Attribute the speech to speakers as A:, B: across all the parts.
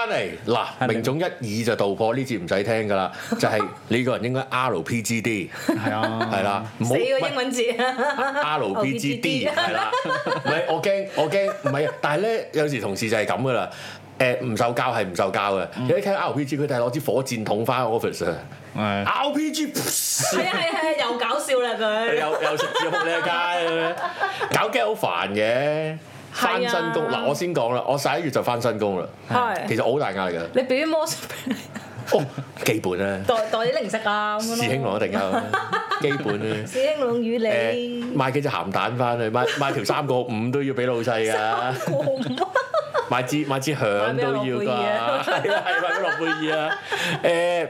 A: 哦嚟嗱，明總一二就道破呢節唔使聽㗎 啦，就係你個人應該 RPGD
B: 係啊，
A: 係啦，唔好
C: 死個英文字
A: RPGD 係啦，唔係我驚我驚唔係，啊但係咧有時同事就係咁㗎啦。誒唔受教係唔受教嘅，有啲聽 RPG 佢哋係攞支火箭筒翻 office
B: 係
A: 啊，RPG
C: 係啊係啊係啊，又搞笑啦佢。
A: 又又食字仆你一街咁樣，搞 g 好煩嘅。翻新工
C: 係啊
A: 嗱，我先講啦，我十一月就翻新工啦。其
C: 係。
A: 實我好大壓力㗎。
C: 你表演魔 術，
A: 哦，基本咧，
C: 代代啲零食啊咁樣咯。
A: 師兄攞定啊，基本咧。
C: 師兄龍與
A: 誒，
C: 你。
A: 買幾隻鹹蛋翻去，買買條三個五都要俾老細㗎，
C: 過唔啊
A: 買支買支響都要
C: 買
A: 㗎，
C: 咩諾貝爾啊
A: 係啊係買咩諾貝爾啊？誒，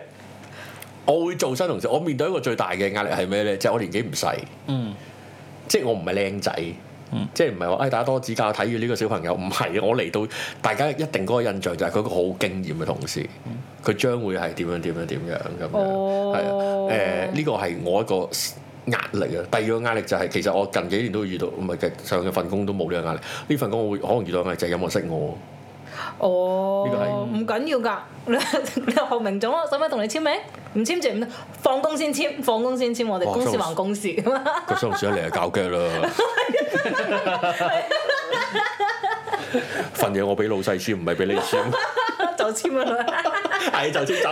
A: 我會做新同事，我面對一個最大嘅壓力係咩咧？就係我年紀唔細。
B: 嗯
A: 即係我唔係靚仔，即係唔係話誒大家多指教，睇住呢個小朋友，唔係我嚟到大家一定嗰個印象就係佢一個好經驗嘅同事，佢將會係點樣點樣點樣咁樣，
C: 哦
A: 係啊誒呢個係我一個。壓力啊！第二個壓力就係、其實我近幾年都遇到，唔係嘅上嘅份工都冇呢個壓力。呢份工我會可能遇到嘅壓力就係有冇人識我。
C: 哦，
A: 呢個係
C: 唔緊要 㗎。你你學明總，我使唔使同你簽名？唔簽住唔得，放工先簽，放工先簽。我哋
A: 哇
C: 公事
A: 真係
C: 還公 事咁啊。
A: 個雙鼠你嚟搞腳啦！份嘢我俾老細簽，唔係俾你簽。
C: 就簽㗎啦。
A: 係就接走。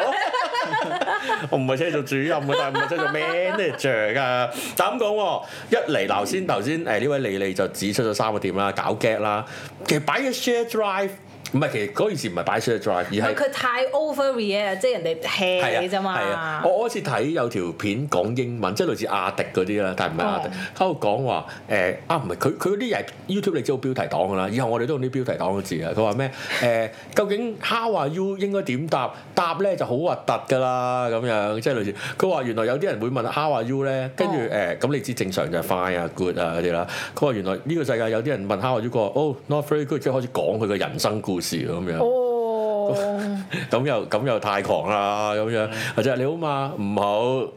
A: 我唔係車做主任嘅，但係唔係車做 manager 㗎。但咁講喎，一嚟嗱頭先頭先誒呢位莉莉就指出咗三個點啦，搞 get 啦，其實擺嘅 share drive 唔係，其實嗰件事唔係擺 share drive，而係。
C: 佢太 overreact，即係人哋 hea 你啫嘛。
A: 係啊！我我嗰次睇有條片講英文，即係類似亞迪嗰啲啦，但係唔係亞迪
C: 哦，
A: 喺度講話誒啊，唔係佢佢嗰啲又係 YouTube 你知道標題黨噶啦，以後我哋都用啲標題黨嘅字啊。佢話咩誒？究竟 How are you 應該點答？答咧就好核突㗎啦，咁樣即係類似。佢話原來有啲人會問 How are you 咧，跟住
C: 哦
A: 誒咁你知正常就係 fine 啊、good 啊嗰啲啦。佢話原來呢個世界有啲人問 How are you，佢話 Oh not very good，即係開始講佢嘅人生故事咁樣。
C: 哦，
A: 咁又咁又太狂啦咁樣，或者你好嘛唔好，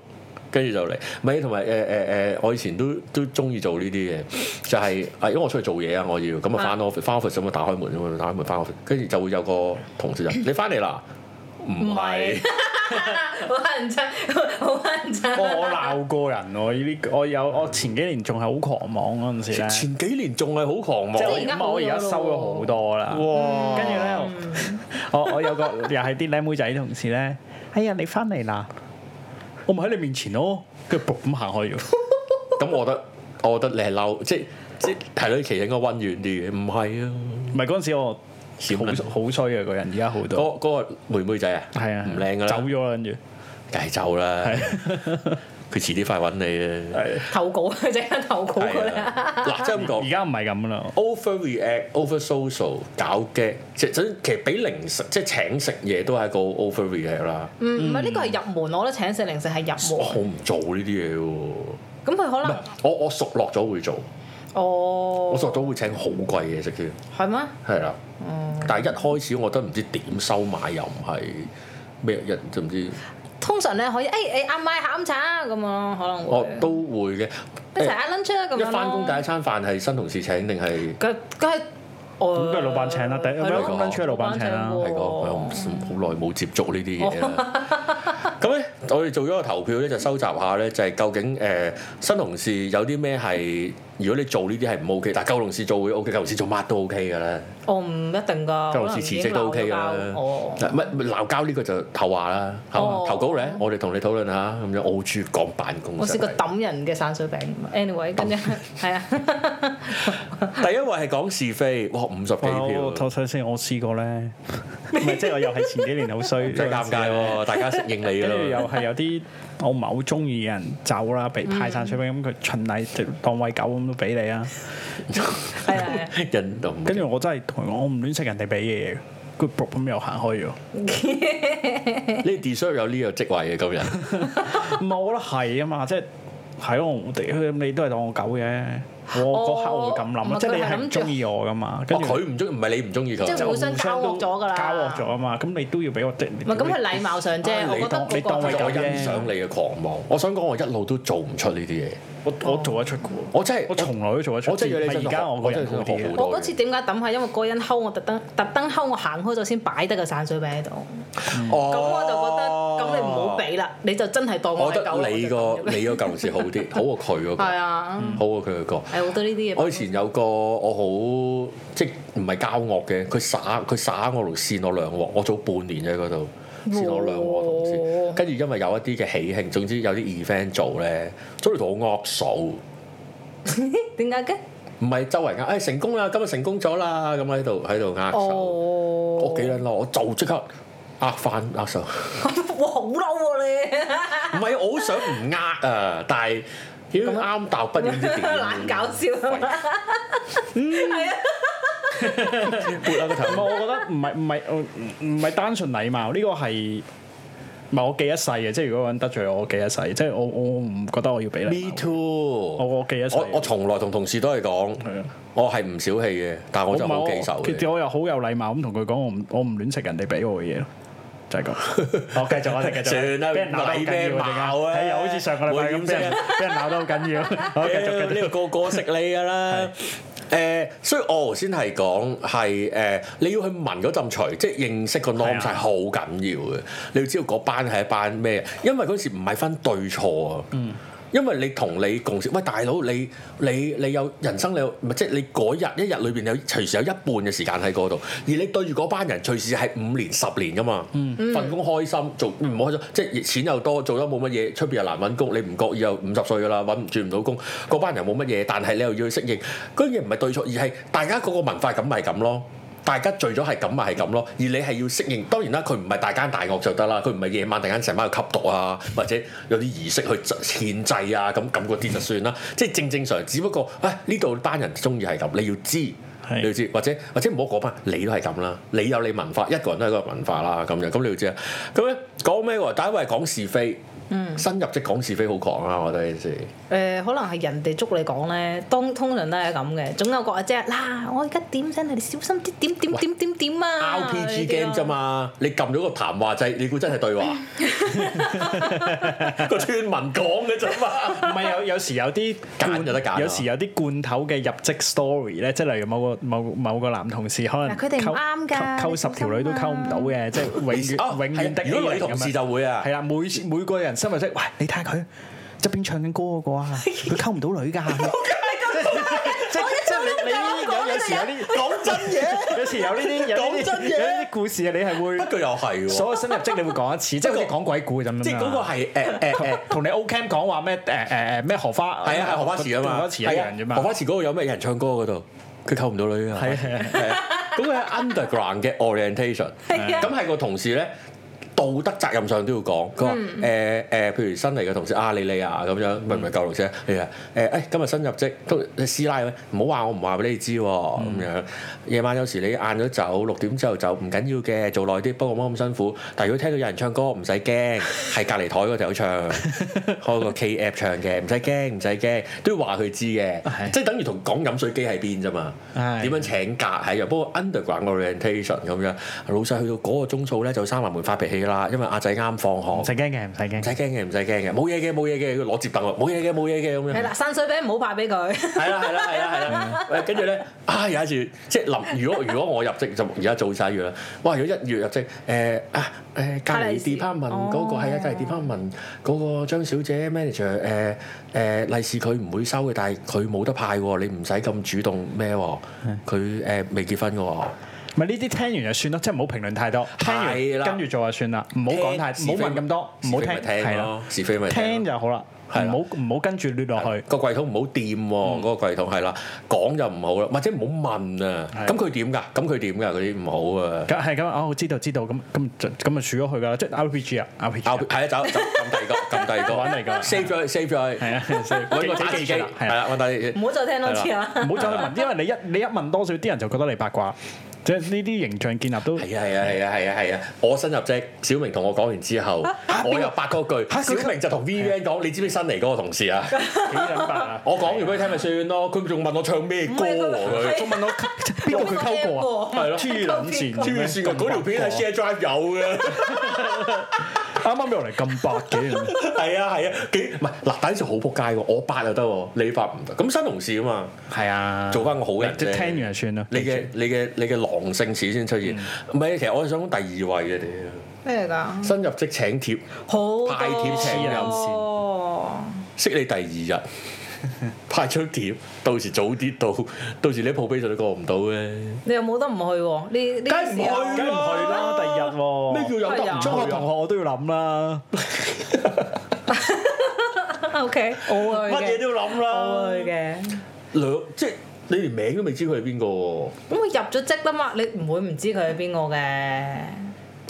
A: 跟住就嚟，咪同埋誒誒誒，我以前都都中意做呢啲嘅，就係、啊，因為我出去做嘢啊，我要咁啊翻 office 翻 office 咁啊打開門咁啊打開門翻 office，跟住就會有個同事就你翻嚟啦，唔
C: 唔
A: 係
C: 係。 好乞人憎，好乞人憎。
B: 我我鬧過人喎，呢啲我有我前幾年仲係好狂妄嗰陣時咧，即
A: 前幾年仲係好狂妄，
B: 係
C: 即係而家
B: 我我而家
C: 好咗咯
B: 收咗好多啦。
A: 哇！
B: 跟住咧，我我 有個又係啲靚妹仔同事咧，哎呀你翻嚟啦，我咪喺你面前咯，跟住噗咁行開咗。
A: 咁我覺得我覺得你係嬲，即即係咯，其實應該温軟啲嘅，唔係啊，
B: 唔係嗰陣時我好好衰啊個人，而家好
A: 嗰
B: 多。
A: 嗰個妹妹仔啊，
B: 係啊，
A: 唔靚噶啦，
B: 走咗啦，跟住
A: 梗係走啦，佢遲啲快揾你啊！
B: 係
C: 投 稿，即刻投稿佢
A: 係
C: 啦。
A: 啊嗱，即係咁
B: 而
A: 講
B: 家唔係咁啦。
A: ，overreact、oversocial、搞 get，即係總其實俾零食，即係請食嘢都係一個 overreact 啦。
C: 嗯，唔係呢個係入門，我覺得請食零食係入
A: 我
C: 門。
A: 好唔做呢啲嘢喎，唔
C: 咁佢可
A: 係
C: 能
A: 我我熟落咗會做，
C: 哦，
A: 我熟落咗會請好貴嘢食添，
C: 係咩？
A: 係啦。
C: 嗯
A: 但係一開始我覺得唔知點收買又唔係咩人，就唔知
C: 通常咧可以誒誒阿買下午茶咁樣咯，可能
A: 我
C: 會
A: 都會嘅。
C: 一齊 at lunch 啦咁樣
A: 一
C: 咯。
A: 翻工第一餐飯係新同事請定係？
C: 佢佢係我
B: 咁都係老闆請啦第一
C: 係咯
B: lunch 係老闆請啦
C: 喎
A: 係個，我唔好耐冇接觸呢啲嘢啦。 咁咧，我哋做咗個投票咧，就收集下咧，就係究竟誒、呃新同事有啲咩係，如果你做呢啲係唔 OK，但係舊同事做會 OK，舊同事做乜都 OK 㗎啦，
C: 我唔一定㗎，
A: 舊同事辭職都 OK 㗎啦。
C: 哦，
A: 嗱乜乜鬧交呢個就後話啦，後
C: 哦
A: 投稿咧，我哋同你討論下咁樣。我好中意講辦公
C: 我
A: 室
C: 試過
A: 嘅。
C: 抌人嘅散水餅，anyway，跟住係啊，
A: 第一位係講是非，哇五十幾
B: 哇
A: 票
B: 我，睇睇先，我試過咧， 唔係即係我又係前幾年好衰，
A: 唔使尷尬喎，大家適應你㗎
B: 跟住
A: 啦
B: 又。係有啲我唔係好中意嘅人走啦，被派散水俾
A: 嗯
B: 咁佢循例就當喂狗咁都俾你啊。
C: 係啊係啊，
A: 人就唔
B: 跟住我真係同佢講，我唔亂食人哋俾嘅嘢，佢卜咁又行開咗。
A: 你 deserve 有呢個職位嘅今日。
B: 唔係我覺得係啊嘛，即係係咯，我哋咁你都係當我狗嘅，我嗰刻我會咁諗啊
C: 哦
B: 咯，即係你係
C: 唔係佢係諗
B: 唔
C: 住
B: 中意我噶嘛，跟住
A: 哦佢唔中意，唔係你唔中意佢
C: 即係
A: 就
C: 互相交惡咗㗎啦
B: 交惡咗啊嘛，咁你都要俾我即係
C: 唔係咁係禮貌上啫，我覺得
B: 你當
A: 我
B: 你
C: 嗰
B: 當
A: 欣
B: 係咁啫
A: 賞你嘅狂妄。我想講，我一路都做唔出呢啲嘢，
B: 我我做得出嘅喎，
A: 哦我真係
B: 我從來都做得出，
A: 我真係要你
B: 但
A: 真係
B: 而家我個
A: 我真
B: 人好
A: 係
B: 啲啊
A: 好多
B: 嘅
C: 個
A: 嘢
C: 我嗰次點解抌係因為嗰個人睺我特登特登睺我行開咗先擺得個散水餅喺度，
A: 咁
C: 咁我就覺得咁你唔好。俾啦，你就真係當
A: 哦我
C: 我
A: 覺
C: 係狗
A: 得
C: 啦。
A: 你個你個舊事好 啲，好過佢嗰個，
C: 係啊，
A: 好過佢嗰個。
C: 係好多呢啲嘢。
A: 我以前有個我好即係唔係交惡嘅，佢耍佢耍我度扇我兩鑊，我早半年啫嗰度扇我兩鑊同事
C: 哦，
A: 跟住因為有一啲嘅喜慶，總之有啲 event 做咧，所以同我惡數。
C: 點解嘅？
A: 唔係周圍呃，誒、成功啦，今日成功咗啦，咁喺度喺度握手，
C: 哦，
A: 我幾撚嬲，我就即刻握翻握手。唔
C: 哇！好嬲啊喎
A: 係，我好想唔握啊，但係屌啱大學畢業唔知
C: 你，
A: 點，
C: 懶搞笑啊嘛！係啊，
A: 撥下個頭
B: 唔。啊係，我覺得唔係唔係我唔唔係單純禮貌，呢個係唔係我記一世嘅？即係如果有人得罪我，我記一世，即係我我唔覺得我要俾禮
A: Me
B: 貌。
A: too，
B: 我我記一世
A: 我我從來同同事都係講
B: 係啊，
A: 我係唔小氣嘅，但係我真係
B: 唔
A: 好
B: 係
A: 記仇
B: 其實
A: 嘅。
B: 我又好有禮貌咁同佢講，我唔我唔亂食人哋俾我嘅嘢咯。就係咁， 我繼續，我哋繼續。
A: 算啦
B: 俾人鬧得好緊
A: 禮咩
B: 要啊！
A: 貌啊
B: 係啊，好似上個禮拜
A: 會點
B: 咁，
A: 啫
B: 俾人俾人鬧得好緊要。好，繼續繼續。
A: 呢個個個識你㗎啦。誒，所以我頭先係講係誒，你要去聞嗰陣除，即係認識個 norm
B: 係
A: 係
B: 啊
A: 好緊要嘅。你要知道嗰班係一班咩，因為嗰時唔係分對錯啊。因為你同你共識，喂大佬，你你你有人生你有，唔係即係你嗰日一日裏邊有隨時有一半嘅時間喺嗰度，而你對住嗰班人隨時係五年十年噶嘛，份工開心做唔開心，即係錢又多，做咗冇乜嘢，出邊又難揾工，你唔覺意又五十歲噶啦，揾唔轉唔到工，嗰班人冇乜嘢，但係你又要去適應，嗰樣嘢唔係對錯，而係大家嗰個文化咁咪咁咯。大家聚咗係咁咪係咁咯，而你係要適應。當然啦，佢唔係大奸大惡就得啦，佢唔係夜晚突然間成班去吸毒啊，或者有啲儀式去獻祭啊，咁咁嗰啲就算啦。即係正正常，只不過啊呢度班人中意係咁，你要知。
B: 係
A: 你要知，或者或者唔好嗰班，你都係咁啦，你有你文化，一個人都係一個文化啦，咁樣咁你要知啊。咁咧講咩喎？第一位講是非，嗯，新入職講是非好狂啊！我覺得呢件事。
C: 誒、可能係人哋捉你講咧，當通常都係咁嘅，總有個阿姐嗱，我而家點醒你哋小心啲，點點點點點啊
A: RPG game 啫，嘛，你撳咗個談話掣，你估真係對 話？個村民講嘅啫嘛。
B: 唔係有有時有啲
A: 揀
B: 罐
A: 有得揀啊
B: 有時有啲罐頭嘅入職 story 咧，即係例如某個某某個男同事可能
C: 嗱佢哋唔
B: 溝
C: 啱㗎
B: 溝
C: 你
B: 溝
C: 小
B: 十條
C: 心
B: 女都溝唔到嘅，即係永遠
A: 哦
B: 永遠的
A: 係如果女
B: A 人咁
A: 同
B: 樣
A: 事就會啊
B: 係。啦，每次每個人心入即係，喂，你睇下佢側邊唱緊歌嗰個 啊，佢溝唔到女㗎。即係即係你你有有時有 啲
A: 講真嘢，
B: 有時有呢啲有呢
A: 講真
B: 啲
A: 嘢
B: 有呢啲故事，你係會
A: 不過又係喎，
B: 所有新入職你會講一次，即係好似講鬼故咁樣啊。
A: 即係嗰個係誒誒誒
B: 同。同你 O Cam 講話咩誒誒誒咩荷花
A: 係啊，係荷花池啊嘛，
B: 荷花池一
A: 係啊
B: 樣啫嘛，
A: 荷花池嗰個有咩人唱歌嗰度，佢溝唔到女啊。
B: 係啊
A: 係啊，咁佢係 underground 嘅 orientation，
C: 係啊
A: 咁係個同事咧。道德責任上都要講，佢話誒誒，譬如新嚟嘅同事啊，你你啊咁樣，唔係唔係舊同事啊，你啊誒誒，今日新入職，都你師奶咩？唔好話我唔話俾你知喎，咁樣夜晚有時你晏咗走，六點之後走，唔緊要嘅，做耐啲，不過冇咁辛苦。但係如果聽到有人唱歌，唔使驚，係隔離台嗰條友唱，開個 K app 唱嘅，唔使驚，唔使驚，都要話佢知嘅
B: 係，
A: 即係等於同講飲水機喺邊啫嘛。
B: 係
A: 點樣請假係一樣，不過 underground orientation 咁樣，老細去到嗰個鐘數咧就閂埋門發脾氣啦，因為阿仔啱放
B: 唔使
A: 學，
B: 驚嘅，唔使
A: 唔使
B: 驚。
A: 驚嘅，唔使驚嘅，冇嘢嘅，冇嘢嘅，佢攞接凳喎，啊冇嘢嘅，冇嘢嘅咁
C: 係
A: 樣。
C: 啦，散水餅唔好派俾佢，
A: 係啦係啦係啦係啦，喂跟住咧啊有一次即係臨，如果如果我入職就而家做晒月啦，哇！如果一月入職誒啊誒隔
C: 隔離
A: 離
C: 事
A: department 嗰個係啊
C: 哦
A: 隔離 department 嗰個張小姐 manager 誒誒利是佢唔會收嘅，但係佢冇得派喎，你唔使咁主動咩喎，佢誒未結婚嘅喎。
B: 唔係呢啲聽完就算啦，即係唔好評論太多。聽
A: 係
B: 完
A: 啦
B: 跟住做就算啦，唔好講太，
A: 聽
B: 唔好問咁多，唔好聽，
A: 是非咪
B: 係
A: 聽
B: 啦
A: 咯，，是非咪
B: 聽
A: 聽咯。
B: 就好啦，唔
A: 係啦
B: 好唔好跟住攣落去。嗯
A: 個櫃桶唔好掂喎，嗰個櫃桶係啦，講就唔好啦，或者唔好問啊。
B: 係
A: 咁佢點㗎？咁佢點㗎？嗰啲唔好啊。
B: 咁係咁啊！哦，知道知道，咁咁就咁就數咗佢噶啦，即係 RPG 啊
A: 啊
B: ，RPG 啊。
A: 係啊，走走，撳第二 個，撳第二個，
B: 玩第二個
A: ，save 咗佢，save 咗佢，
B: 係啊 ，save
A: 揾個打字
B: 記
A: 機，
B: 記住啦
A: 係
B: 係啊
A: 啦，揾打字機
C: 唔。好再聽多次啦。啊
B: 唔好再去問，因為你一你一問多少，啲人就覺得你八卦，即係呢啲形象建立都
A: 係啊係啊係啊係啊係啊！我新入職，小明同我講完之
B: 啊
A: 後，我又八嗰句，
B: 佢
A: 小明就同 Vivian 講：你知唔知新嚟嗰個同事 啊？
B: 幾撚 白啊！
A: 我講完俾佢聽咪算咯，佢仲問我唱咩歌喎佢。
C: 仲問我
B: 邊個佢溝過啊？
A: 係咯
B: 黐撚線，
A: 黐線
B: 啊
A: 㗎！嗰條片喺 Share Drive 有嘅，
B: 啱啱入嚟咁白嘅，
A: 係啊係啊，幾唔係嗱，但係呢次好仆街喎，我八就得喎，你八唔得，咁新同事啊嘛，
B: 係啊，
A: 做翻個好人
B: 即
A: 啫
B: 係聽完就算啦。
A: 你嘅你嘅嗯你嘅狼性似先出現，唔係其實我係想講第二位嘅屌，
C: 咩嚟㗎？
A: 新入職請帖，
C: 好多哦
A: 派貼請人識你第 二日派張帖，到時早啲到，到時你 p r o 都過唔到嘅，
C: 你又冇得唔去喎？呢呢
A: 梗係唔
C: 啲時候
A: 去
B: 梗係唔去啦，第二日喎。
A: 咩叫有得唔
C: 係啊
A: 出
B: 中學同學我都要諗啦，
C: O K，我會
A: 乜嘢
C: 嘅，
A: 都要諗
C: 我
A: 啦
C: 會，嘅。
A: 兩即係你連名都未知佢係邊個喎，
C: 咁佢入咗職啦嘛，你唔會唔知佢係邊個
A: 哎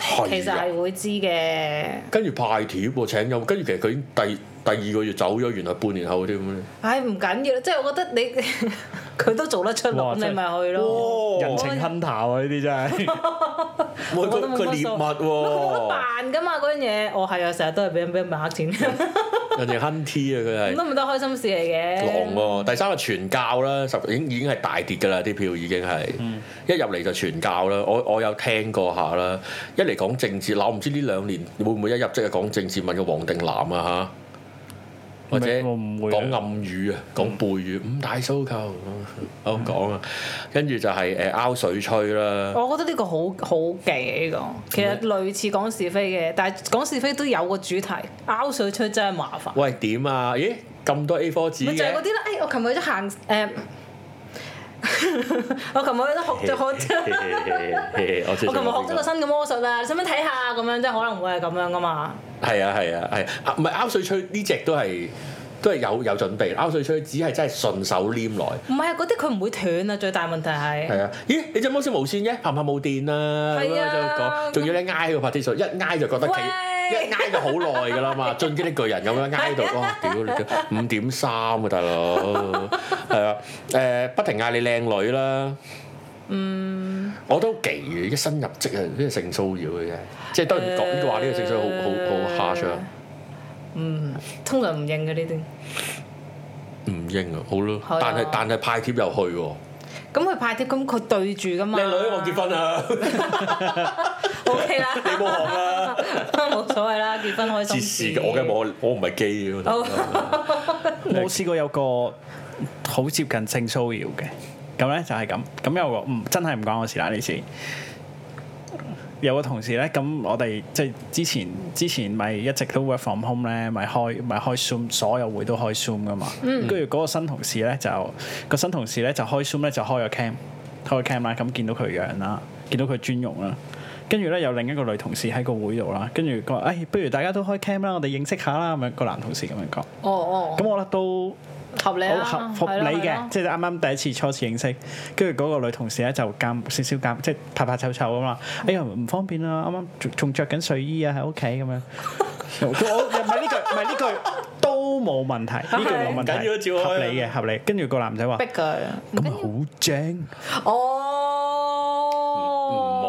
C: 嘅。其實
A: 係啊
C: 係會知嘅。
A: 跟住派帖喎請任，跟住其實佢已經第第二個月走咗，原來半年後添咧，
C: 唉，唔緊要，即係我覺得你 佢都做得出
B: 哇
C: 咯，咁
B: 真係
C: 你咪去咯。
B: 人
A: 哇！
B: 情 hunter 啊喎呢啲真係。
A: 喂
C: 我覺
A: 佢
C: 得
A: 佢
C: 冇乜
A: 獵
C: 所
A: 物
C: 謂冇得
A: 喎，
C: 扮噶嘛嗰樣嘢，我係啊，成日都係俾人俾人問黑錢，咁
A: 人哋 hunt T 啊佢係。
C: 都唔得開心事嚟
A: 狼
C: 嘅。
A: 喎、第三個傳教啦，十已經已經係大跌㗎啦，啲票已經係、一入嚟就傳教啦。我我有聽過下啦，一嚟講政治，嗱我唔知呢兩年會唔會一入職就講政治，問個黃定南啊嚇，或者
B: 唔係我唔會啊
A: 講暗語啊，講背語，五大訴求咁講啊，跟住就係誒拗水吹啦。
C: 我覺得呢個好好忌嘅呢個，其實類似講是非嘅，但係講是非都有個主題，拗水出真係麻煩。
A: 喂點啊？咦咁多 A4 紙
C: 咪就係嗰
A: 嘅
C: 啲，啦。誒、哎我琴日去咗行誒。
A: 我最想
C: 我琴日去咗學咗學， 我琴日
A: 講
C: 學咗個新嘅魔術啊！你想唔想睇下咁樣？即係可能會係咁樣噶嘛。
A: 係啊係啊係啊，唔係拗水吹呢只都係都係有有準備，拗水吹只係真係順手拈來。
C: 唔係啊，嗰啲佢唔會斷啊！最大問題係
A: 係啊，咦？你隻摩斯無線嘅，怕唔怕冇電啊？咁
C: 係
A: 樣
C: 啊
A: 就講，仲要你挨個拍鐵術，一挨就覺得企，
C: 喂
A: 一挨就好耐㗎啦 嘛，進擊的巨人咁樣挨到，哇！屌你真，五點三啊，大佬，係啊，誒不停嗌你靚女啦。嗯，我都忌嘅，一新入職啊，呢個性騷擾嘅啫，即係當然講呢個話，呢個性騷擾好好好 harsh 啊，
C: 嗯，通常唔應嘅呢
A: 唔應啊，好咯
C: 係，啊
A: 但係但係派貼又去喎，
C: 啲。咁佢派貼，咁啊佢對住噶嘛。
A: 靚女我結婚 啦，
C: O K 啦，
A: 你冇學 啦。
C: 冇所謂啦，結婚開心
A: 節事嘅，我嘅我我唔係哦基嘅，
C: 好
B: 我試過有個好接近性騷擾嘅，咁咧就係咁，咁有個唔真係唔關我事啦呢事。有個同事咧，咁我哋即係之前之前咪一直都 work from home 咧，咪開咪開 Zoom，所有會都開 Zoom 噶嘛。跟住嗰個新同事咧就個新同事咧就開 Zoom 咧就開個 cam，開個 cam 啦，咁見到佢樣啦，見到佢專用啦。跟住咧有另一個女同事喺個會度啦，跟住佢話：，誒、哎不如大家都開 cam 啦，我哋認識下啦。咁樣個男同事咁樣講，
C: 哦哦，
B: 咁我覺得都。
C: 合理啊，
B: 好合合
C: 係咯
B: 理
C: 係咯
B: 嘅，即係啱啱第一次初次認識，跟住嗰個女同事咧就尷少少尷，即係怕怕醜醜啊嘛。
C: 嗯
B: 哎呀唔方便啦，啱啱仲仲著緊睡衣啊喺屋企咁 樣。我唔係呢句，唔係呢句都冇問 題，呢句冇問題，
A: 緊要照開啊
B: 合理嘅合理。跟住個男仔話：
C: 逼佢。
B: 咁咪好正，
A: 唔好
C: 哦，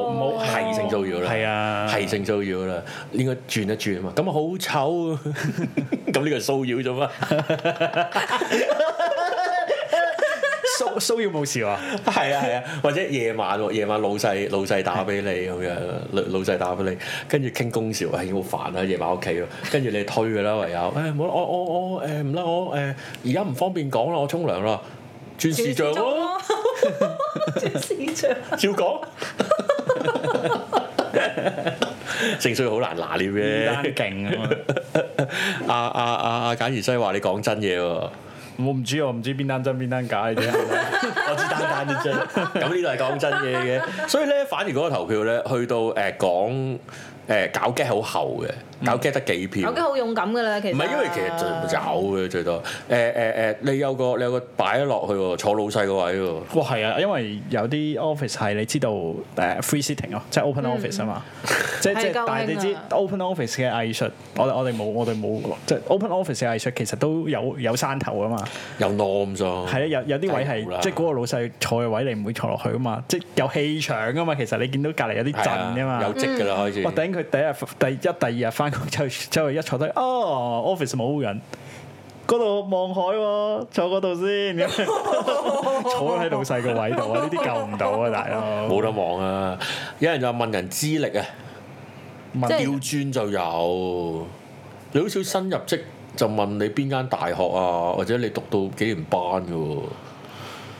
A: 唔好嗯係性騷擾啦，
B: 係啊
A: 係性騷擾啦，應該轉一轉啊嘛，咁啊好醜啊， 咁呢個係騷擾啫 嘛，
B: 騷騷擾冇事喎。
A: 係啊係啊，或者夜晚喎，夜晚老細老細打俾你咁樣，老老細打俾你，跟住傾公事，唉好煩啊，夜晚屋企喎，跟住你推㗎啦 唯有，誒冇啦我我我誒唔啦我誒而家唔方便講啦，我沖涼啦，轉視像咯。，
C: 轉視像。
A: 照講。情緒好難拿捏
B: 單
A: 嘅，
B: 勁啊嘛！
A: 阿阿阿阿簡如西話你講真嘢喎，我
B: 我唔知我唔知邊單真邊單假嘅 啫。
A: 知單單啲啫，咁呢度係講真嘢嘅，所以咧反而嗰個投票咧去到誒、講誒、誒搞 get 好厚
B: 嗯
A: 嘅，搞 get 啊得幾票
C: 手機。好勇敢㗎啦，其實
A: 唔係因為其實就有嘅最多，誒誒誒，你有個你有個擺咗落去喎，坐老細個位喎，
B: 哇，係啊，因為有啲 office 係你知道誒 free sitting 咯，即係 open office 啊嘛，即係即
C: 嗯係夠
B: 係但係你知
C: 興啊
B: open office 嘅藝術，我哋我哋冇我哋冇即係 open office 嘅藝術其實都有有山頭啊嘛，
A: 有 norm 咗。
B: 係啊，有有啲位
A: 梗係冇啦
B: 係即係嗰個老細坐嘅位你唔會坐落去啊嘛，即係有氣場啊嘛，其實你見到隔離有啲
A: 係啊
B: 陣啊嘛
A: 有。職㗎啦開始
B: 哇！。頂佢第一日、第一、第二日翻工就 就一坐低，哦，office 冇人，嗰度望海喎，坐嗰度先， 咁樣坐喺老細個位度啊！呢啲救唔到啊，大佬。
A: 冇得望啊！有人就話問人資歷啊，
B: 問
C: 即係
A: 調轉就有。你好少新入職就問你邊間大學啊，或者你讀到幾年班嘅喎。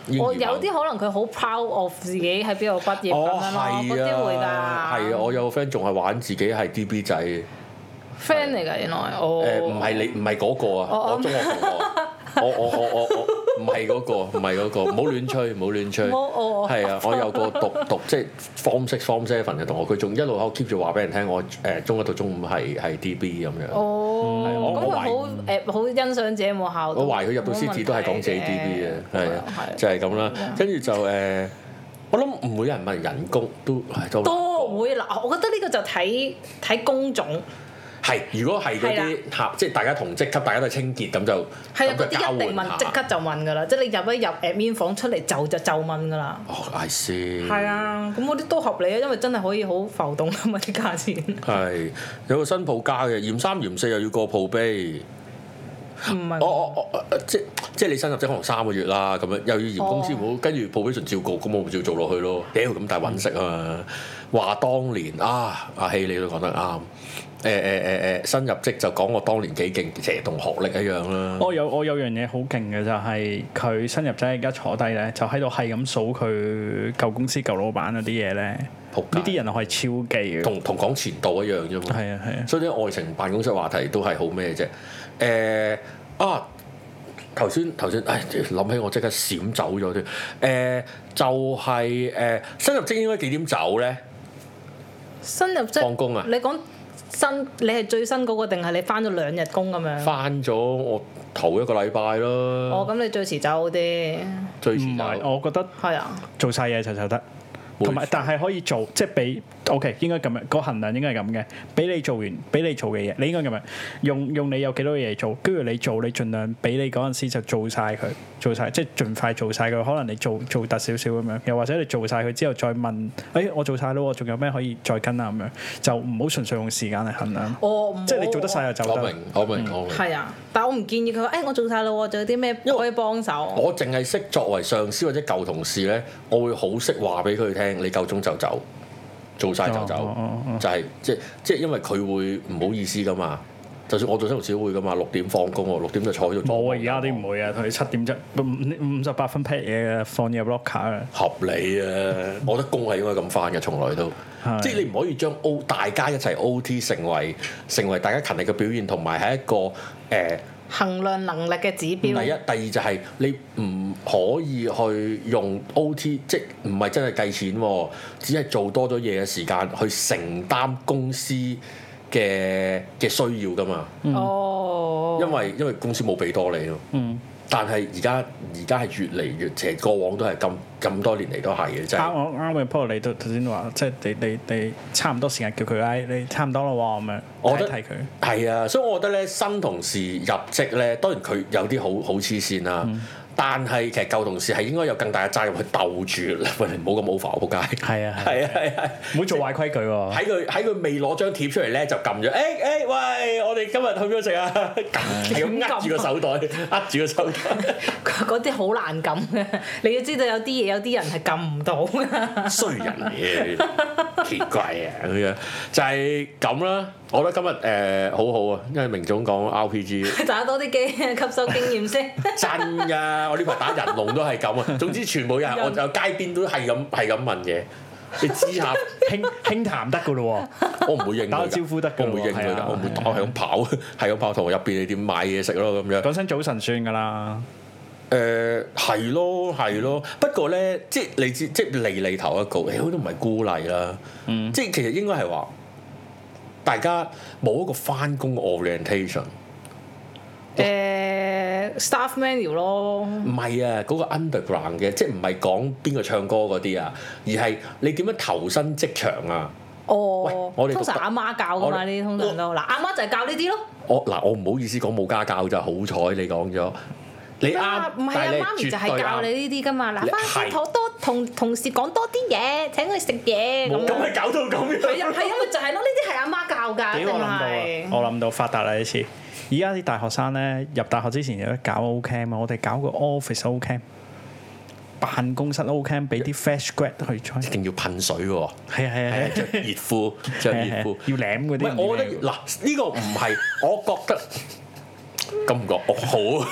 A: 英語
C: 我
A: 版
C: 有啲可能佢好 proud of 自己喺邊度畢業咁
A: 哦
C: 樣
A: 係啊，
C: 咯，嗰啲會㗎。
A: 係啊，我有個 friend 仲係玩自己係 DB 仔，誒
C: friend 嚟㗎，原來哦。
A: 唔係你唔係嗰個啊，
C: 哦
A: 我中學同學，我我我我我唔係嗰個，唔係嗰個，唔好亂吹，唔好亂吹。
C: 唔好哦哦
A: 係啊，我有個讀 讀即係 form six form seven 嘅同學，佢仲一路喺度 keep 住話俾人聽，我誒中一到中五係係 DB 咁樣。係我
C: 哦，
A: 我
C: 咁佢
A: 懷疑
C: 好誒，好欣賞自己冇效。
A: 我懷疑佢入到獅子都係講自己 DB 嘅，係啊就係咁啦。
C: 嗯
A: 跟住就誒，我諗唔會有人問人工都唉都
C: 多會嗱，我覺得呢個就睇睇工種，
A: 係。如果係嗰啲客，即係大家同職級，大家都係清潔咁就
C: 係啊
A: 咁，就
C: 嗰
A: 交
C: 啲一定
A: 換
C: 問，即
A: 下
C: 刻。就問㗎啦，即係你入一入 admin 房出嚟就就就問㗎啦。
A: 哦，I see。
C: 係。啊，咁嗰啲都合理啊，因為真係可以好浮動㗎嘛啲價錢。
A: 係有個新抱家嘅，嫌三嫌四又要過鋪碑。
C: 唔係
A: 我我我哦呃即即係你新入職可能三個月啦，咁樣又要嫌公司
B: 哦
A: 唔好，跟住 probation 照告，咁我咪照做落去咯。屌咁大揾食啊嘛！話當年啊，阿希你都講得啱。誒誒誒誒，新入職就講我當年幾勁，其實同學歷一樣啦。
B: 我有我有樣嘢好勁嘅就係佢新入仔而家坐低咧，就喺度係咁數佢舊公司舊老闆嗰啲嘢咧。
A: 仆街
B: 呢啲人我係超記嘅。
A: 同同講前度一樣啫嘛。
B: 係啊係啊，
A: 所以啲愛情辦公室話題都係好咩啫？誒、啊！頭先頭先，唉諗起我即刻閃走咗添。誒、就係、誒、新入職應該幾點走咧？
C: 新入職
A: 放工啊
C: 你講新，你係最新嗰個定係你翻咗兩日工咁樣？
A: 翻咗我頭一個禮拜咯，
C: 哦，咁你最遲走好啲，
A: 最遲
B: 唔係
A: 就
B: 我覺得。
C: 係啊，
B: 做晒嘢就就得。
A: 會
B: 同埋，但係可以做，即係俾 OK，應該咁樣個衡量應該係咁嘅。俾你做完，俾你做嘅嘢，你應該咁樣用用你有幾多嘢做，跟住你做，你盡量俾你嗰陣時就做晒佢，做晒，即係盡快做晒佢。可能你做做突少少咁樣，又或者你做晒佢之後再問，誒、我做晒咯，我仲有咩可以再跟啊咁樣，就唔好純粹用時間嚟衡量，
C: 我哦唔
B: 即係你做得晒就就
A: 我
B: 得。嗯
A: 明我明我明。
C: 係啊，但我唔建議佢話，誒、哎我做晒啦喎，仲有啲咩
A: 因為
C: 可以幫手？
A: 我淨係識作為上司或者舊同事咧，我會好識話俾佢聽，你夠鐘就走，做晒就走
B: 哦哦，
A: 就係即即係因為佢會唔好意思噶嘛。就算我做新同事都會噶嘛，六點放工喎，六點就坐喺度。
B: 冇啊！而家啲唔會啊，佢七點啫，五五十八分 p 嘢嘅，放入 locker 啊。
A: 合理啊！我覺得工係應該咁翻嘅，從來都
B: 係
A: 即係你唔可以將 O 大家一齊 OT 成為成為大家勤力嘅表現，同埋係一個誒。呃
C: 衡量能力嘅指
A: 第一，第
C: 標。
A: 二就係你唔可以去用 O.T.，即係唔係真係計錢喎，只係做多咗嘢嘅時間去承擔公司嘅嘅需要噶嘛。
C: 哦，
A: 因為因為公司冇俾多你咯。
B: 嗯。
A: 但係而家而家係越嚟越，其實過往都係咁咁多年嚟都係嘅，真係。
B: 啱啊我啱嘅，不過你都頭先話，即係你你你差唔多時間叫佢，唉，你差唔多啦喎咁樣，
A: 我
B: 睇
A: 覺
B: 一
A: 得
B: 睇佢。
A: 係啊，所以我覺得咧，新同事入職咧，當然佢有啲好好黐線啦。但係其實舊同事係應該有更大嘅責任去鬥住，喂你唔好咁 over 我仆街。
B: 係啊係啊，
A: 係啊係啊！
B: 唔好做壞規矩喎。
A: 喺佢喺佢未攞張貼出嚟咧，就撳咗。誒誒，哎喂！我哋今日去邊度食啊？嗯 撳係咁握住個手袋， 握住個手袋。
C: 嗰啲好難撳嘅，你要知道有啲嘢有啲人係撳唔到嘅。
A: 衰人嚟嘅，奇怪啊！咁樣就係咁啦。我覺得今日誒、呃好好啊，因為明總講 RPG
C: 打多啲機，吸收經 驗先。
A: 真㗎，我呢排打人龍都係咁 啊。總之全部人我就街邊都係咁係咁問嘢。你知 下，
B: 輕輕談得噶咯
A: 我唔會應佢㗎
B: 打個招呼得㗎
A: 我唔會應佢
B: 喎
A: 㗎，
B: 係啊
A: 我唔會打，我係咁跑，係咁跑同我入邊你點買嘢食咯咁樣
B: 喎。。講聲早晨算㗎啦，
A: 誒呃係咯係咯，不過咧，即係你啊
C: 嗯
A: 知，即係離離頭一個，誒、都唔係孤例啦。即係其實應該係話，大家冇一個翻工 orientation。
C: 誒 staff menu 咯，
A: 唔係啊，嗰、個 underground 嘅，即係唔係講邊個唱歌嗰啲啊，而係你點樣投身職場啊？喂
C: 哦，
A: 我哋
C: 通常
A: 讀得
C: 阿媽教噶
A: 我
C: 嘛，
A: 哋
C: 呢啲通常都嗱，阿媽就係教呢啲咯。
A: 我嗱，我唔好意思講冇家教咋，好彩你講咗，你啱，
C: 啊唔係
A: 但
C: 啊，
A: 係你
C: 媽咪就
A: 絕
C: 係
A: 對
C: 教
A: 啱。
C: 你呢啲噶嘛。
A: 你
C: 嗱，翻
A: 係
C: 工多同同事講多啲嘢，請佢食嘢咁
A: 冇咁
C: 樣。
A: 係搞到咁 樣。
C: 係啊，係啊，咪就係咯，呢啲係阿媽教㗎，一
B: 屌我
C: 定
B: 諗到
C: 係。
B: 啦，我諗到發達啦呢次。而家啲大學生咧入大學之前有得搞 O Cam 啊，我哋搞個 office O Cam，辦公室 O Cam 俾啲 fresh grad 去 join
A: 一。定要噴水喎，
B: 係啊
A: 係
B: 係
A: 啊
B: 啊
A: 着熱褲，着
B: 係啊，
A: 熱褲。
B: 要舐嗰
A: 唔係，
B: 啲。
A: 我覺得嗱，呢個唔係，我覺得咁唔講，我好。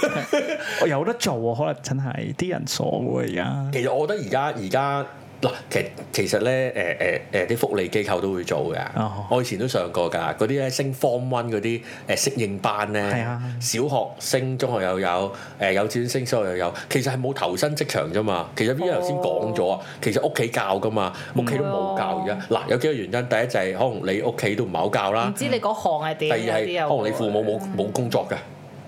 B: 我有得做喎，可能真係啲人傻喎而家。
A: 其實我覺得而家而家嗱，其其實咧誒誒誒啲福利機構都會做嘅。
B: 哦
A: 我以前都上過㗎，嗰啲咧升 form one 嗰啲誒適應班咧，
B: 係啊
A: 小學升，中學又有，誒、幼稚園升，小學又有。其實係冇投身職場啫嘛。其實 V 頭先講咗啊，其實屋企教㗎嘛，屋企都冇教而家。嗱、有幾個原因，第一就係可能你屋企都唔係好教
C: 唔
A: 啦。
C: 知你嗰行係
A: 啊第
C: 點
A: 二
C: 啊？有啲
A: 係
C: 又
A: 可能你父母冇冇工作嘅，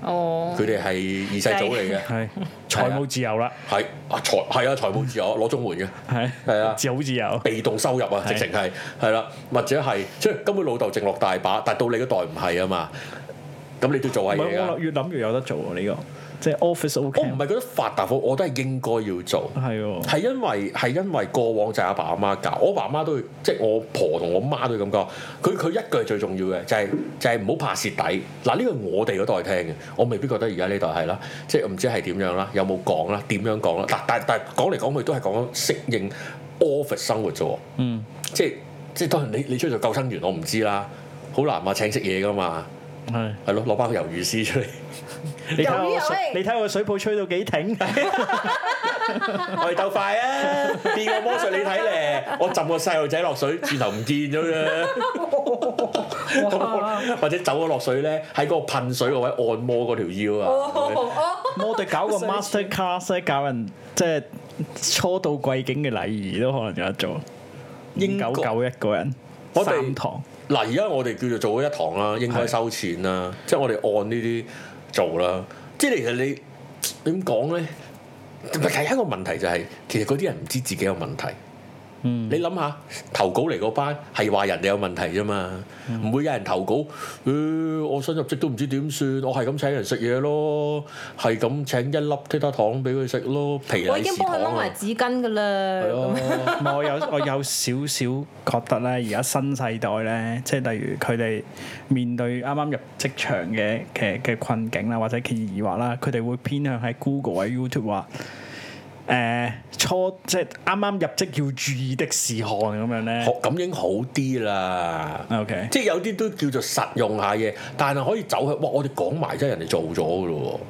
C: 哦
A: 佢，哋係二世祖嚟嘅，
B: 係 財務自由啦，
A: 係啊財係啊財務自由攞綜援嘅。
B: 係
A: 係啊
B: 自好自由。
A: 被動收入啊，直
B: 係
A: 情係係啦，或者係即係根本老豆剩落大把，但到你嗰代唔係啊嘛，咁你都做
B: 唔
A: 下嘢
B: 係
A: 㗎
B: 我。越諗越有得做喎呢個，即係 office O
A: 我唔
B: Cam
A: 係覺得發達好，我都係應該要做。
B: 係喎。
A: 係因為係因為過往就係阿爸阿媽教，我爸媽都會即係我婆同我媽都會咁講。佢佢一句係最重要嘅，就係、就係唔好怕蝕底。嗱呢個我哋嗰代聽嘅，我未必覺得而家呢代係啦，即係唔知係點樣啦，有冇講啦，點樣講啦。但但但講嚟講去都係講適應 office 生活啫喎。
B: 嗯，
A: 即係即係當然你你出去做救生員，我唔知啦，好難話請食嘢噶嘛，
B: 係。
A: 係咯，攞包魷魚絲出嚟，
B: 你睇
C: 有
B: 我
C: 呢
B: 水
C: 有呢
B: 你睇我水泡吹到幾 挺？
A: 我哋鬥快啊！變個魔術你睇咧，我浸個細路仔落水，轉頭唔見咗嘅，咁我或者走咗落水咧，喺嗰個噴水嗰位按摩嗰條腰啊，
B: 我哋搞個 master class 咧，教人即係初到貴境嘅禮儀都可能有得做。
A: 英國
B: 九九一個人，
A: 我哋
B: 三堂
A: 嗱而家我哋叫做做咗一堂啦，應該收錢啦，即係我哋按呢啲做啦，即係其實你點講咧？咪係一個問題就係、其實嗰啲人唔知自己有問題。
B: 嗯
A: 你諗下，投稿嚟嗰班係話人哋有問題啫嘛，
C: 嗯
A: 唔、會有人投稿。呃我想入職都唔知點算，我係咁請人食嘢咯，係咁請一粒剔打糖俾佢食咯，皮
C: 我已
A: 禮
C: 經
A: 士
C: 幫
A: 糖
C: 佢攞埋
A: 啊，
C: 紙巾㗎啦。
A: 係咯，
B: 唔係我有 我有少少覺得咧，而家新世代咧，即係例如佢哋面對啱啱入職場嘅嘅嘅困境啦，或者嘅疑惑啦，佢哋會偏向喺 Google 喺 YouTube 話誒、初即係啱啱入職要注意的事項咁樣咧。
A: 學咁已經好啲啦。
B: O K，
A: 即係有啲都叫做實用下嘢，但係可以走去哇！我哋講埋真係人哋做咗噶咯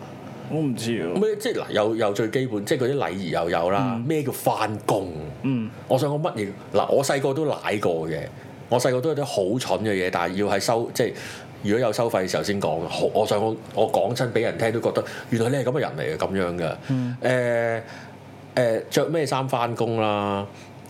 B: 我唔知
A: 喎，
B: 喎。
A: 咩即係嗱又又最基本，即係嗰啲禮儀又有啦。咩、叫翻工？
B: 嗯，
A: 我想講乜嘢？嗱，我細個都舐過嘅，我細個都有啲好蠢嘅嘢，但係要係收即係如果有收費嘅時候先講。好，我想講我講親俾人聽都覺得原來你係咁嘅人嚟嘅，咁樣嘅。誒誒著呃咩衫翻工啦？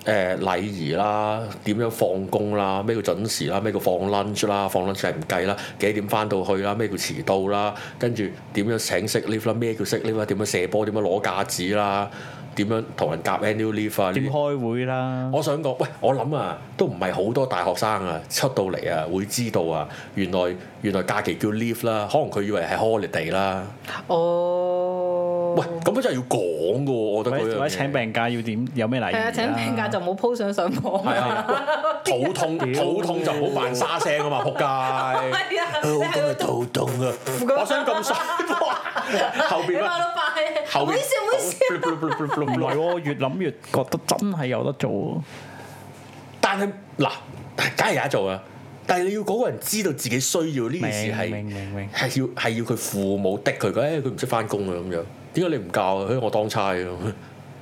A: 誒、禮儀啦，點樣放工啦，咩叫準時啦，咩叫放 lunch 啦，放 lunch 係唔計啦，幾點翻到去啦，咩叫遲到啦，跟住點樣請 sick leave 啦，咩叫 sick leave 啦，點樣射波，點樣攞架子啦，點樣同人夾 annual leave 啊，呢啲
B: 點開會啦？
A: 我想講，喂，我諗啊，都唔係好多大學生啊，出到嚟啊，會知道啊，原來原來假期叫 leave 啦，可能佢以為係 holiday 啦。
C: 哦，
A: 喂，咁樣真係要講噶喎，我覺
B: 或
A: 得嗰
B: 者
A: 樣
B: 或者
A: 嘢
B: 請病假要點？有咩禮儀
C: 係啊，請病假就冇 po 上上網。
A: 係啊， 肚痛肚痛就唔好扮沙聲 啊嘛，仆街。
C: 係啊，
A: 好
C: 你喺
A: 今日肚
C: 度
A: 痛啊！我想咁衰， 哇後
C: 你
A: 邊乜？
C: 話到快，
A: 後
C: 唔好
A: 邊
C: 意思，唔好意思。
B: 唔 係喎，越諗越覺得真係有得做喎。
A: 但係嗱，梗係有得做啊！但係你要嗰個人知道自己需要呢件事係
B: 明明明
A: 係要係要佢父母的佢，佢誒佢唔識翻工啊咁樣，點解你唔教啊？ 佢話我當差嘅，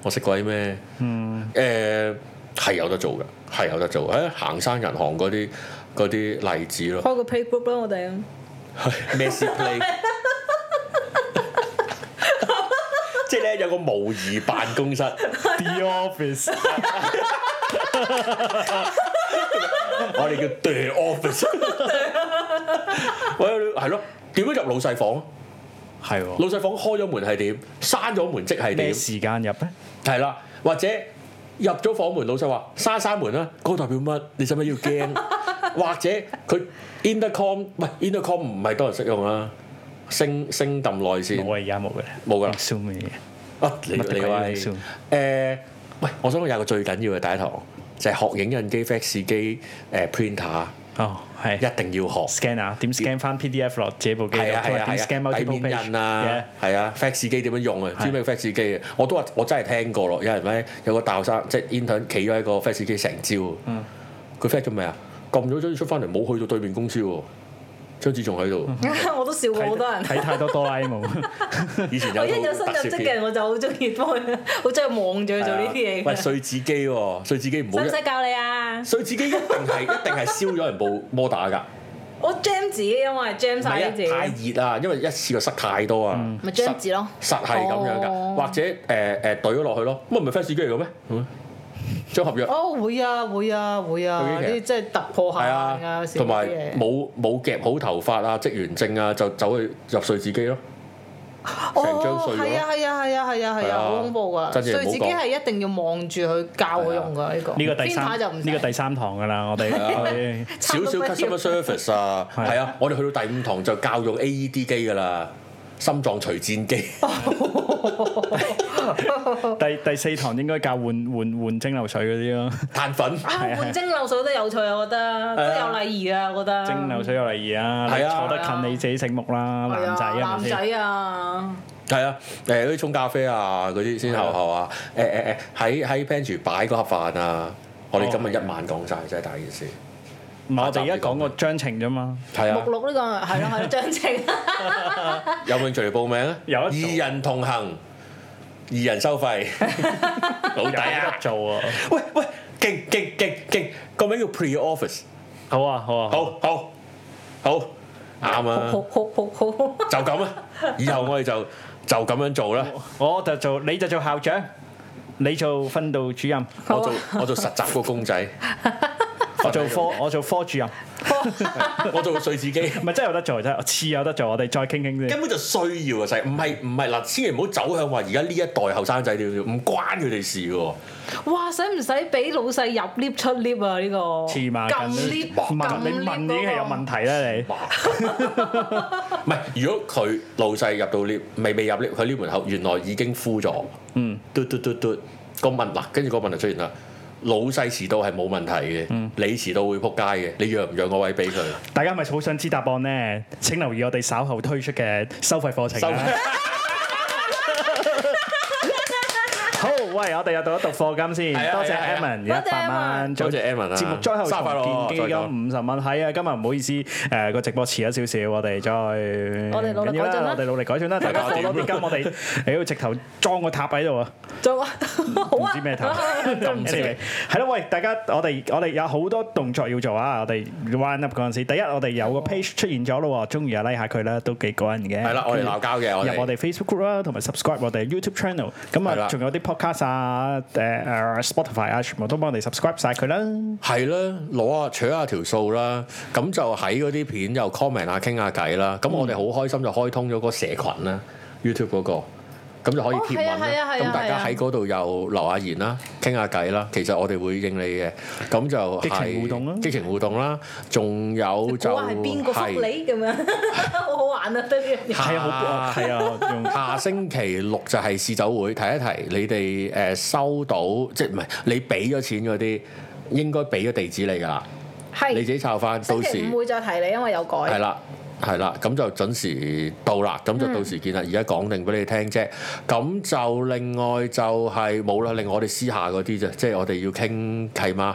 A: 我識鬼咩？嗯，誒係有得做嘅，係有得做。誒行山銀行嗰啲嗰啲例子咯，
C: 開個 play group 啦，我哋。
A: 咩 s play？即係咧有個模擬辦公室，
B: The Office
A: 我哋叫 the office。喂，係咯，點樣入老細房？啊
B: 係
A: 老
B: 喎，
A: 細房開咗門係點？閂咗門即係
B: 咩
A: 點？
B: 時間入咧？
A: 係啦，或者入咗房門，老細話閂閂門啦，嗰個代表乜？你使唔使要驚？或者佢 intercom 唔係 intercom 唔係多人識用啊，升升撳內線
B: 我而家冇嘅，
A: 冇㗎啦
B: Zoom 嘅嘢，
A: 啊！你
B: 乜都
A: 你
B: 鬼
A: 喂
B: 都
A: 誒
B: 笑
A: 喂，我想講有個最緊要嘅第一堂就係學影印機、fax 機、誒 printer
B: 哦係
A: 一定要學。
B: scan 啊，點 scan 翻 PDF 落自己部機度，
A: 係啊
B: 同
A: 係啊
B: 埋點
A: 係
B: scan
A: 啊，底面
B: multiple page
A: 印啊
B: Yeah，
A: 係啊，fax 機點樣用啊？知咩 fax 機啊？我都話我真係聽過咯，有人咧有個大學生即係 intern 企咗喺個 fax 機成朝，
B: 嗯
A: 佢 fax 咗未啊？撳咗張出翻嚟，冇去到對面公司喎，張志仲喺度。
B: 嗯
C: 我都笑過好多人。
B: 睇太多哆啦 A 夢。
A: 以前
C: 我
A: 有
C: 一有
A: 套
C: 新
A: 特攝
C: 入職嘅
A: 片啊
C: 人，我就好中意幫佢，好中意望住佢做呢啲嘢
A: 喂，
C: 嘅。
A: 碎紙機喎，碎紙機唔好
C: 使唔
A: 一
C: 使教你啊？
A: 碎紙機一定係一定係燒咗人部摩打㗎，
C: 我 jam 自己，因為 jam
A: 唔
C: 晒
A: 係
C: 啲
A: 啊
C: 自
A: 太
C: 己，
A: 熱啊，因為一次過塞太多啊，
C: 咪 jam 字咯。
A: 實係咁樣㗎，
C: 哦
A: 或者誒誒懟咗落去咯，乜唔係 fax 機 嚟嘅咩？嗯張合約。
C: 哦，會啊，會啊，會啊，
A: 有
C: 呢
A: 啲劇
C: 啲真係突破下
A: 係
C: 限㗎，
A: 啊
C: 有，時
A: 同埋
C: 啲嘢
A: 冇冇夾好頭髮啊、職員證啊，就走去入碎紙機咯。成張
C: 哦
A: 碎，咗
C: 係啊，係啊，係啊，係啊，係
A: 係啊
C: 啊，好恐怖㗎！
A: 真係唔好
C: 碎
A: 講
C: 自己係一定要望住佢教佢用㗎呢個。
B: 呢個第
C: Printer
B: 三
C: 就唔
B: 呢個
C: 使
B: 第三堂㗎啦，我哋去
A: 少少 customer service 啊，
B: 係
A: 係啊，我哋去到第五堂就教用 AED 機㗎啦，心臟除戰機。
B: 第第四堂應該教換換換蒸餾水嗰啲咯，
A: 碳粉
C: 啊，換蒸餾水都有趣啊，我覺得都有禮儀啊，我覺得。
B: 蒸餾水有例儀啊，
A: 係
B: 你
A: 啊
B: 坐得近你自己醒目啦，
C: 係
B: 男仔
C: 啊，
B: 係
C: 男
B: 咪
C: 仔
B: 先？
C: 啊，
A: 係啊，誒嗰啲沖咖啡啊嗰啲先後後啊，誒誒誒喺喺 pantry 擺嗰盒飯啊，我哋今日一晚講晒，真係大件事。
B: 唔係我哋而家講個章程啫嘛，
A: 係啊
C: 目，錄呢個係咯係咯，啊張晴。
A: 有冇興趣嚟報名啊？
B: 有
A: 二
B: 一組
A: 人同行，二人收費，老
B: 有
A: 底啊
B: 得！做啊！
A: 喂喂，勁勁勁勁，個名叫 Pre Office，
B: 好啊好啊，
A: 好好好啱啊，
C: 好好好好，
A: 就咁啊，以後我哋就就咁樣做啦。
B: 我就做你就做校長，你做訓導主任，
A: 我
C: 好啊
A: 做我做實習個公仔，
B: 我做科我做科主任，
A: 我做個碎紙機，
B: 唔係真係有得做真係，次有得做，我哋再傾傾先
A: 根。本就需要啊！細唔係唔係嗱，千祈唔好走向話而家呢一代後生仔點點，唔關佢哋事喎。
C: 哇！使唔使俾老細入 lift 出 lift 啊？呢個
B: 黐孖
C: 撳
B: 筋
C: lift，
B: 問
C: 撳
B: 你問
C: lift
B: 已經係有問題啦你。
A: 哇唔係，如果佢老細入到 lift，未未入 lift，佢 lift 門口原來已經敷咗。
B: 嗯，
A: 嘟嘟嘟嘟，個問嗱，跟住個問題出現啦。老細遲到係冇問題嘅，
B: 嗯
A: 你遲到會撲街嘅，你讓唔讓個位俾佢？
B: 大家係咪好想知答案呢？請留意我哋稍後推出嘅收費課程
A: 收
B: 啊。好，喂，我哋又讀一讀課金
A: 係
B: 先，
A: 啊
B: 多謝
A: 係啊
B: Evan 一
C: 係啊
B: 百蚊，
A: 多謝 Evan 啊
B: 節目最後
A: 生日快樂
B: 重建基
A: 再
B: 金五十蚊，係啊，今日唔好意思，誒個直播遲咗少少，我哋再我
C: 哋努力改進啦
B: 我哋努力改進啦，大家課多啲金，我哋喺度直頭裝個塔喺度啊！
C: 做好
B: 唔
C: 啊，
B: 知咩頭， 咁犀利。係咯，喂，大家我哋我哋有好多動作要做啊！我哋 round up 嗰陣時，第一我哋有個 page 出現咗咯喎，中意啊 like 下佢啦，都幾過癮嘅。
A: 係啦，我哋鬧交嘅，我
B: 入我
A: 哋
B: 哋 Facebook group 啦，同埋 subscribe 我哋 YouTube channel。咁
A: 係啦
B: 啊，仲有啲 podcast 啊、誒誒 Spotify 啊，全部都幫我哋 subscribe 晒佢啦。
A: 係啦，攞啊取下條數啦，咁就喺嗰啲片又 comment 下傾下偈啦。咁我
C: 嗯
A: 哋好開心就開通咗個社群啦，YouTube 嗰個。咁就可以
C: 哦
A: 貼
C: 係啊
A: 文
C: 係啊
A: 啦，
C: 係啊
A: 咁大家
C: 係啊
A: 喺嗰度又留下言啦，傾下偈啦。其實我哋會應你嘅，咁就係
B: 激情互動啦
A: 激情互動啦，仲有
C: 估
A: 就
C: 啊下係邊個
A: 係
C: 福你咁樣， 好好玩啊！得呢樣嘢。
B: 係啊，
A: 啊
B: 好係啊， 用
A: 下星期六就係試酒會，提一提你哋誒、呃收到，即係唔係你俾咗錢嗰啲，應該俾咗地址你㗎啦，你自
C: 係
A: 己抄翻，到
C: 星期
A: 時
C: 五會再提你，因為有改。
A: 係啦。係啦，咁就準時到啦，咁就
B: 嗯
A: 到時見啦。而家講定俾你聽啫，咁就另外就係冇啦，另外我哋私下嗰啲啫，即係我哋要傾契媽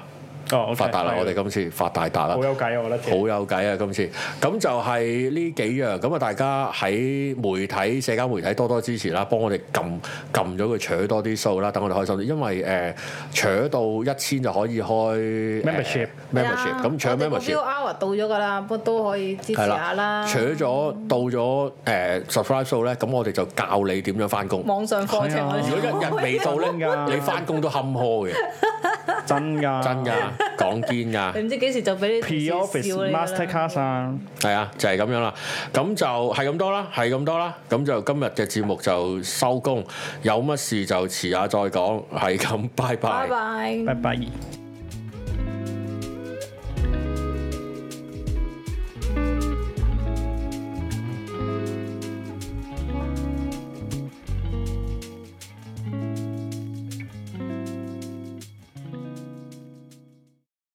B: 哦
A: 發達啦，我哋今次發大達啦
B: 好。有計啊，我覺得
A: 好。有計啊！今次咁就係呢幾樣，咁啊大家喺媒體、社交媒體多多支持啦，幫我哋撳撳咗佢，扯多啲數啦，等我哋開心啲。因為誒，扯、到一千就可以開
B: Membership 啊
A: 呃
C: 啊
A: membership 咁扯
C: View
A: membership
C: hour 到咗㗎啦，不過都可以支持
A: 係
C: 下啦
A: 啦，。扯咗到咗誒 subscribe 數咧，咁我哋就教你點樣翻工。
C: 網上課程
B: 係啊
C: 我哋
A: 如果一日未到咧
B: 真，㗎
A: 你翻工都坎坷嘅，
B: 真㗎，
A: 真㗎。咁擋堅㗎。
C: 你 唔知幾時就俾你
B: P
C: 同事
B: Office
C: 笑你啦
B: Mastercard 啊，
A: 係啊，就係、咁樣啦。咁就係咁多啦，係咁多啦。咁就今日嘅節目就收工，有乜事就遲下再講。係咁，拜
C: 拜拜。
B: 拜拜。